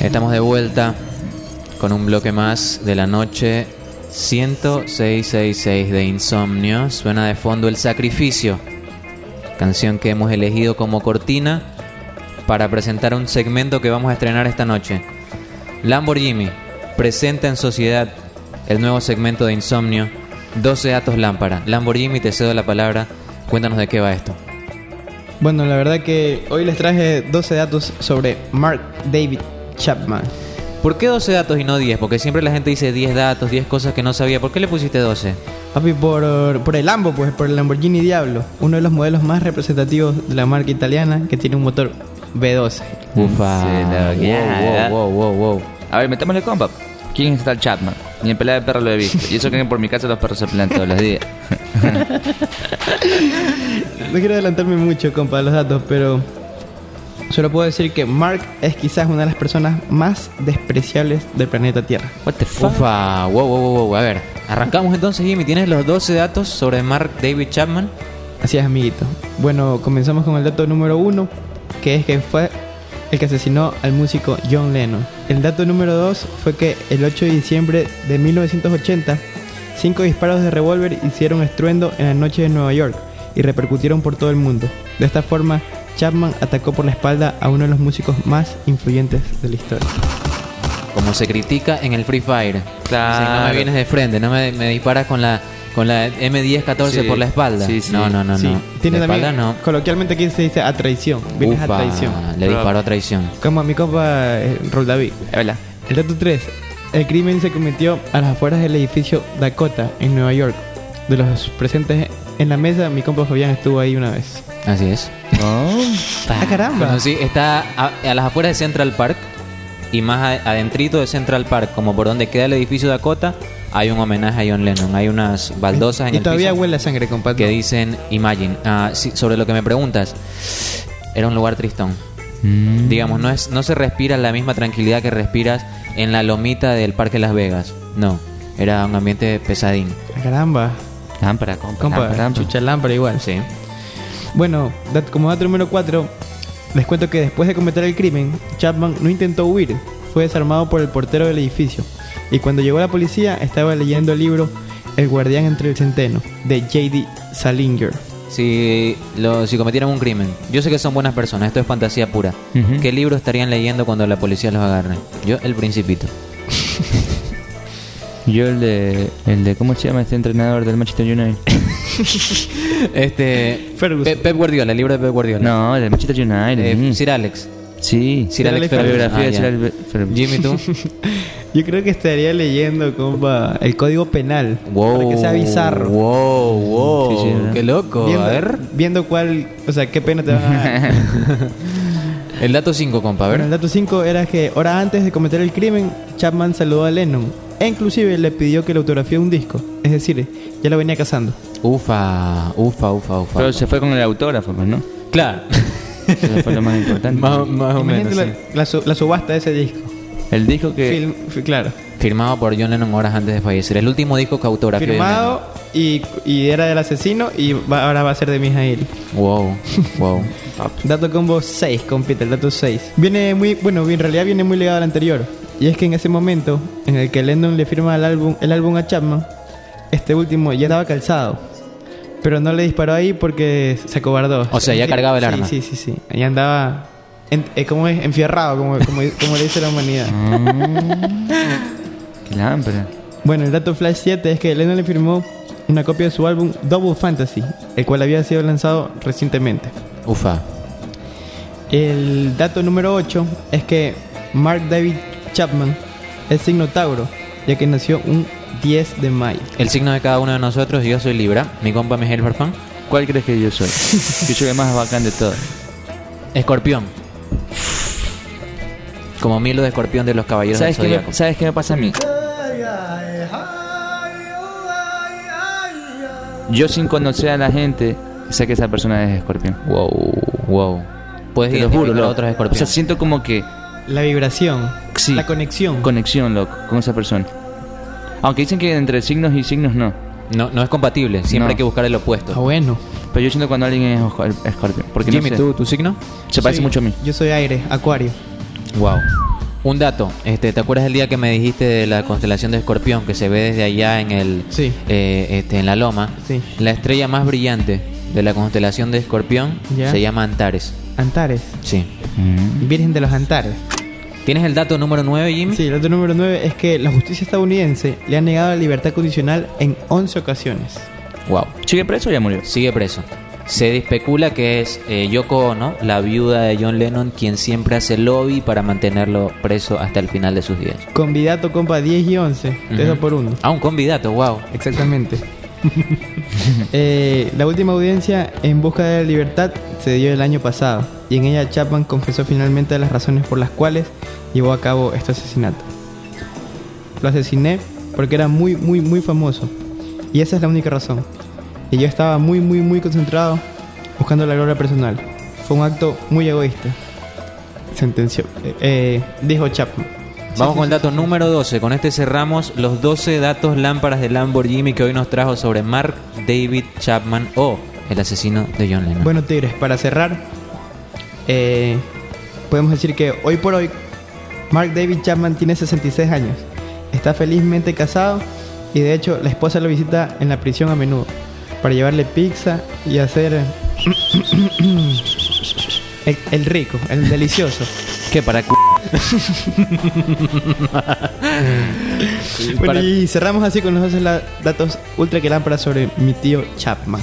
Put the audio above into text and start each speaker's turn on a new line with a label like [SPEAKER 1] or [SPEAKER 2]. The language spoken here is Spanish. [SPEAKER 1] Estamos de vuelta con un bloque más de la noche 10666 de Insomnio. Suena de fondo El Sacrificio, canción que hemos elegido como cortina para presentar un segmento que vamos a estrenar esta noche. Lamborghini presenta en sociedad el nuevo segmento de Insomnio 12 Atos Lámpara. Lamborghini, te cedo la palabra. Cuéntanos de qué va esto.
[SPEAKER 2] Bueno, la verdad que hoy les traje 12 datos sobre Mark David Chapman.
[SPEAKER 1] ¿Por qué 12 datos y no 10? Porque siempre la gente dice 10 datos, 10 cosas que no sabía. ¿Por qué le pusiste 12?
[SPEAKER 2] Papi, por, por el Lambo, pues, por el Lamborghini Diablo, uno de los modelos más representativos de la marca italiana que tiene un motor V12.
[SPEAKER 1] Ufa.
[SPEAKER 3] Se la guiada.
[SPEAKER 1] Wow, wow, wow, wow.
[SPEAKER 3] A ver, metámosle compa. ¿Quién está el Chapman? Ni en pelea de perro lo he visto. Y eso que por mi casa los perros se pelean todos los días.
[SPEAKER 2] No quiero adelantarme mucho, compa, de los datos, pero solo puedo decir que Mark es quizás una de las personas más despreciables del planeta Tierra.
[SPEAKER 3] What the
[SPEAKER 1] Ufa, wow, wow, wow, wow. A ver, arrancamos entonces, Jimmy. ¿Tienes los 12 datos sobre Mark David Chapman?
[SPEAKER 2] Así es, amiguito. Bueno, comenzamos con el dato número uno, que es que fue el que asesinó al músico John Lennon. El dato número dos fue que el 8 de diciembre de 1980, cinco disparos de revólver hicieron estruendo en la noche de Nueva York y repercutieron por todo el mundo. De esta forma, Chapman atacó por la espalda a uno de los músicos más influyentes de la historia.
[SPEAKER 1] Como se critica en el Free Fire.
[SPEAKER 3] Claro.
[SPEAKER 1] Dicen, no me vienes de frente, no me, me disparas con la con la M1014
[SPEAKER 3] Sí.
[SPEAKER 1] por la espalda.
[SPEAKER 3] Sí, sí.
[SPEAKER 1] No, no, no,
[SPEAKER 2] Sí,
[SPEAKER 1] no.
[SPEAKER 2] tiene
[SPEAKER 1] de
[SPEAKER 2] también,
[SPEAKER 1] espalda no.
[SPEAKER 2] coloquialmente aquí se dice a traición, vienes
[SPEAKER 1] Ufa,
[SPEAKER 2] a traición.
[SPEAKER 1] le disparó a traición.
[SPEAKER 2] Como a mi compa eh, Rol David.
[SPEAKER 3] Es verdad.
[SPEAKER 2] El dato 3. El crimen se cometió a las afueras del edificio Dakota, en Nueva York. De los presentes en la mesa, mi compa Fabián estuvo ahí una vez.
[SPEAKER 1] Así es.
[SPEAKER 2] ¡Ah, caramba!
[SPEAKER 1] Conocí- está a, a las afueras de Central Park y más a- adentrito de Central Park, como por donde queda el edificio Dakota, hay un homenaje a John Lennon. Hay unas baldosas en
[SPEAKER 2] y
[SPEAKER 1] el
[SPEAKER 2] todavía
[SPEAKER 1] piso
[SPEAKER 2] huele a sangre, compa.
[SPEAKER 1] que dicen Imagine. Ah, sí, sobre lo que me preguntas, era un lugar tristón.
[SPEAKER 3] Mm,
[SPEAKER 2] Mm.
[SPEAKER 1] Digamos, no, es, no se respira la misma tranquilidad que respiras en la lomita del Parque Las Vegas. No, era un ambiente pesadín.
[SPEAKER 2] ¡Ah, caramba!
[SPEAKER 3] Lámpara, compa.
[SPEAKER 2] Compa,
[SPEAKER 3] lámpara, lámpara.
[SPEAKER 2] chucha lámpara igual.
[SPEAKER 1] Sí.
[SPEAKER 2] Bueno, dat- como dato número 4, les cuento que después de cometer el crimen, Chapman no intentó huir, fue desarmado por el portero del edificio. Y cuando llegó la policía, estaba leyendo el libro El guardián entre el centeno, de J.D. Salinger.
[SPEAKER 1] Si, lo, si cometieran un crimen, yo sé que son buenas personas, esto es fantasía pura.
[SPEAKER 3] Ujú.
[SPEAKER 1] ¿Qué libro estarían leyendo cuando la policía los agarre? Yo, El Principito.
[SPEAKER 3] Yo el de, el de... ¿Cómo se llama este entrenador del Manchester United?
[SPEAKER 1] Este.
[SPEAKER 2] Ferguson.
[SPEAKER 1] Pe- Pep Guardiola, el libro de Pep Guardiola.
[SPEAKER 3] no, el del Manchester United.
[SPEAKER 1] Eh,
[SPEAKER 3] mm.
[SPEAKER 1] Sir Alex.
[SPEAKER 3] sí.
[SPEAKER 1] Sir
[SPEAKER 2] Sir
[SPEAKER 1] Alex
[SPEAKER 2] Alex
[SPEAKER 3] la
[SPEAKER 1] Ferguson.
[SPEAKER 3] biografía de
[SPEAKER 1] Ah,
[SPEAKER 3] Sir
[SPEAKER 1] ya.
[SPEAKER 3] Albert Ferguson.
[SPEAKER 1] Jimmy, tú.
[SPEAKER 2] Yo creo que estaría leyendo, compa, el código penal. Para que sea bizarro.
[SPEAKER 1] Wow, wow.
[SPEAKER 3] Sí, sí, ¿verdad?
[SPEAKER 1] qué loco.
[SPEAKER 2] Viendo,
[SPEAKER 1] A ver.
[SPEAKER 2] viendo cuál, o sea, qué pena te van a dar.
[SPEAKER 1] El dato 5, compa, a
[SPEAKER 2] Bueno, el
[SPEAKER 1] ver.
[SPEAKER 2] dato 5 era que horas antes de cometer el crimen, Chapman saludó a Lennon e inclusive le pidió que le autografió un disco. Es decir, ya lo venía cazando.
[SPEAKER 1] Ufa, ufa, ufa, ufa.
[SPEAKER 3] Pero se fue con el autógrafo, pues, ¿no?
[SPEAKER 1] Claro.
[SPEAKER 3] Eso fue lo más importante.
[SPEAKER 1] más, más o menos.
[SPEAKER 2] Imagínate la,
[SPEAKER 1] sí.
[SPEAKER 2] la su- la subasta de ese disco.
[SPEAKER 3] El disco que...
[SPEAKER 2] Film- fi- claro.
[SPEAKER 1] Firmado por John Lennon horas antes de fallecer. El último disco que autografió. John
[SPEAKER 2] Firmado y, y era del asesino y va- ahora va a ser de Mijail.
[SPEAKER 1] Lennon. Wow, wow.
[SPEAKER 2] Dato combo 6, compita, el dato 6. Viene muy, bueno, en realidad viene muy ligado al anterior. Y es que en ese momento en el que Lennon le firma el álbum, el álbum a Chapman, este último ya estaba calzado. Pero no le disparó ahí porque se acobardó.
[SPEAKER 1] O sea, ya cargaba el
[SPEAKER 2] Sí,
[SPEAKER 1] arma.
[SPEAKER 2] Sí, sí, sí. Ya andaba, en- eh, ¿cómo es? Enfierrado, como, como, como le dice la humanidad.
[SPEAKER 1] Mm.
[SPEAKER 3] Qué lámpara.
[SPEAKER 2] Bueno, el dato Flash 7 es que Lennon le firmó una copia de su álbum Double Fantasy, el cual había sido lanzado recientemente.
[SPEAKER 1] Ufa.
[SPEAKER 2] El dato número 8 es que Mark David Chapman es signo Tauro, ya que nació un 10 de mayo.
[SPEAKER 1] El signo de cada uno de nosotros, yo soy Libra. Mi compa Miguel Farfán.
[SPEAKER 3] ¿Cuál crees que yo soy? Yo soy el más bacán de todos.
[SPEAKER 1] Escorpión. Como Milo de Escorpión de los Caballeros del
[SPEAKER 3] ¿Sabes qué,
[SPEAKER 1] Zodíaco.
[SPEAKER 3] me, ¿Sabes qué me pasa a mí? Yo sin conocer a la gente, sé que esa persona es escorpión.
[SPEAKER 1] Wow, wow. Puedes
[SPEAKER 3] Te lo
[SPEAKER 1] identificar
[SPEAKER 3] juro,
[SPEAKER 1] a
[SPEAKER 3] loco.
[SPEAKER 1] otros
[SPEAKER 3] O
[SPEAKER 1] escorpiones.
[SPEAKER 3] sea, siento como que
[SPEAKER 2] La vibración,
[SPEAKER 3] Sí.
[SPEAKER 2] la conexión.
[SPEAKER 3] conexión, loco, con esa persona. Aunque dicen que entre signos y signos no.
[SPEAKER 1] no, no es compatible. Siempre
[SPEAKER 3] No.
[SPEAKER 1] hay que buscar el
[SPEAKER 2] Ah,
[SPEAKER 1] opuesto.
[SPEAKER 2] bueno.
[SPEAKER 3] Pero yo siento cuando alguien es escor- escorpión. Porque no
[SPEAKER 1] Jimmy,
[SPEAKER 3] sé,
[SPEAKER 1] ¿tú, ¿tu signo?
[SPEAKER 3] se parece
[SPEAKER 2] Soy-
[SPEAKER 3] mucho a mí.
[SPEAKER 2] Yo soy aire, acuario.
[SPEAKER 1] Wow. Un dato, este, ¿te acuerdas el día que me dijiste de la constelación de Escorpión que se ve desde allá en el
[SPEAKER 2] Sí.
[SPEAKER 1] eh, este, en la loma?
[SPEAKER 2] Sí.
[SPEAKER 1] La estrella más brillante de la constelación de Escorpión
[SPEAKER 2] Ya.
[SPEAKER 1] se llama Antares.
[SPEAKER 2] Antares.
[SPEAKER 1] Sí.
[SPEAKER 2] Virgen de los Antares.
[SPEAKER 1] ¿Tienes el dato número 9, Jimmy?
[SPEAKER 2] Sí, el dato número 9 es que la justicia estadounidense le ha negado la libertad condicional en 11 ocasiones.
[SPEAKER 1] Wow.
[SPEAKER 3] ¿Sigue preso o ya murió?
[SPEAKER 1] Sigue preso. Se especula que es eh, Yoko Ono, la viuda de John Lennon, quien siempre hace lobby para mantenerlo preso hasta el final de sus días.
[SPEAKER 2] Convidato, compa, 10 y 11.
[SPEAKER 1] Ujú.
[SPEAKER 2] Tres dos por uno.
[SPEAKER 1] Ah, un convidato, wow.
[SPEAKER 2] Exactamente. Eh, la última audiencia en busca de la libertad se dio el año pasado y en ella Chapman confesó finalmente las razones por las cuales llevó a cabo este asesinato. Lo asesiné porque era muy, muy, muy famoso y esa es la única razón. Y yo estaba muy, muy, muy concentrado buscando la gloria personal. Fue un acto muy egoísta. Sentenció. eh, eh, dijo Chapman.
[SPEAKER 1] Vamos con el dato número 12. Con este cerramos los 12 datos lámparas de Lamborghini que hoy nos trajo sobre Mark David Chapman o el asesino de John Lennon.
[SPEAKER 2] Bueno, Tigres, para cerrar, eh, podemos decir que hoy por hoy Mark David Chapman tiene 66 años, está felizmente casado y de hecho la esposa lo visita en la prisión a menudo para llevarle pizza y hacer el, el rico, el delicioso.
[SPEAKER 1] ¿Qué para c-
[SPEAKER 2] Bueno, y cerramos así con los 12 la- datos ultra que lámpara sobre mi tío Chapman.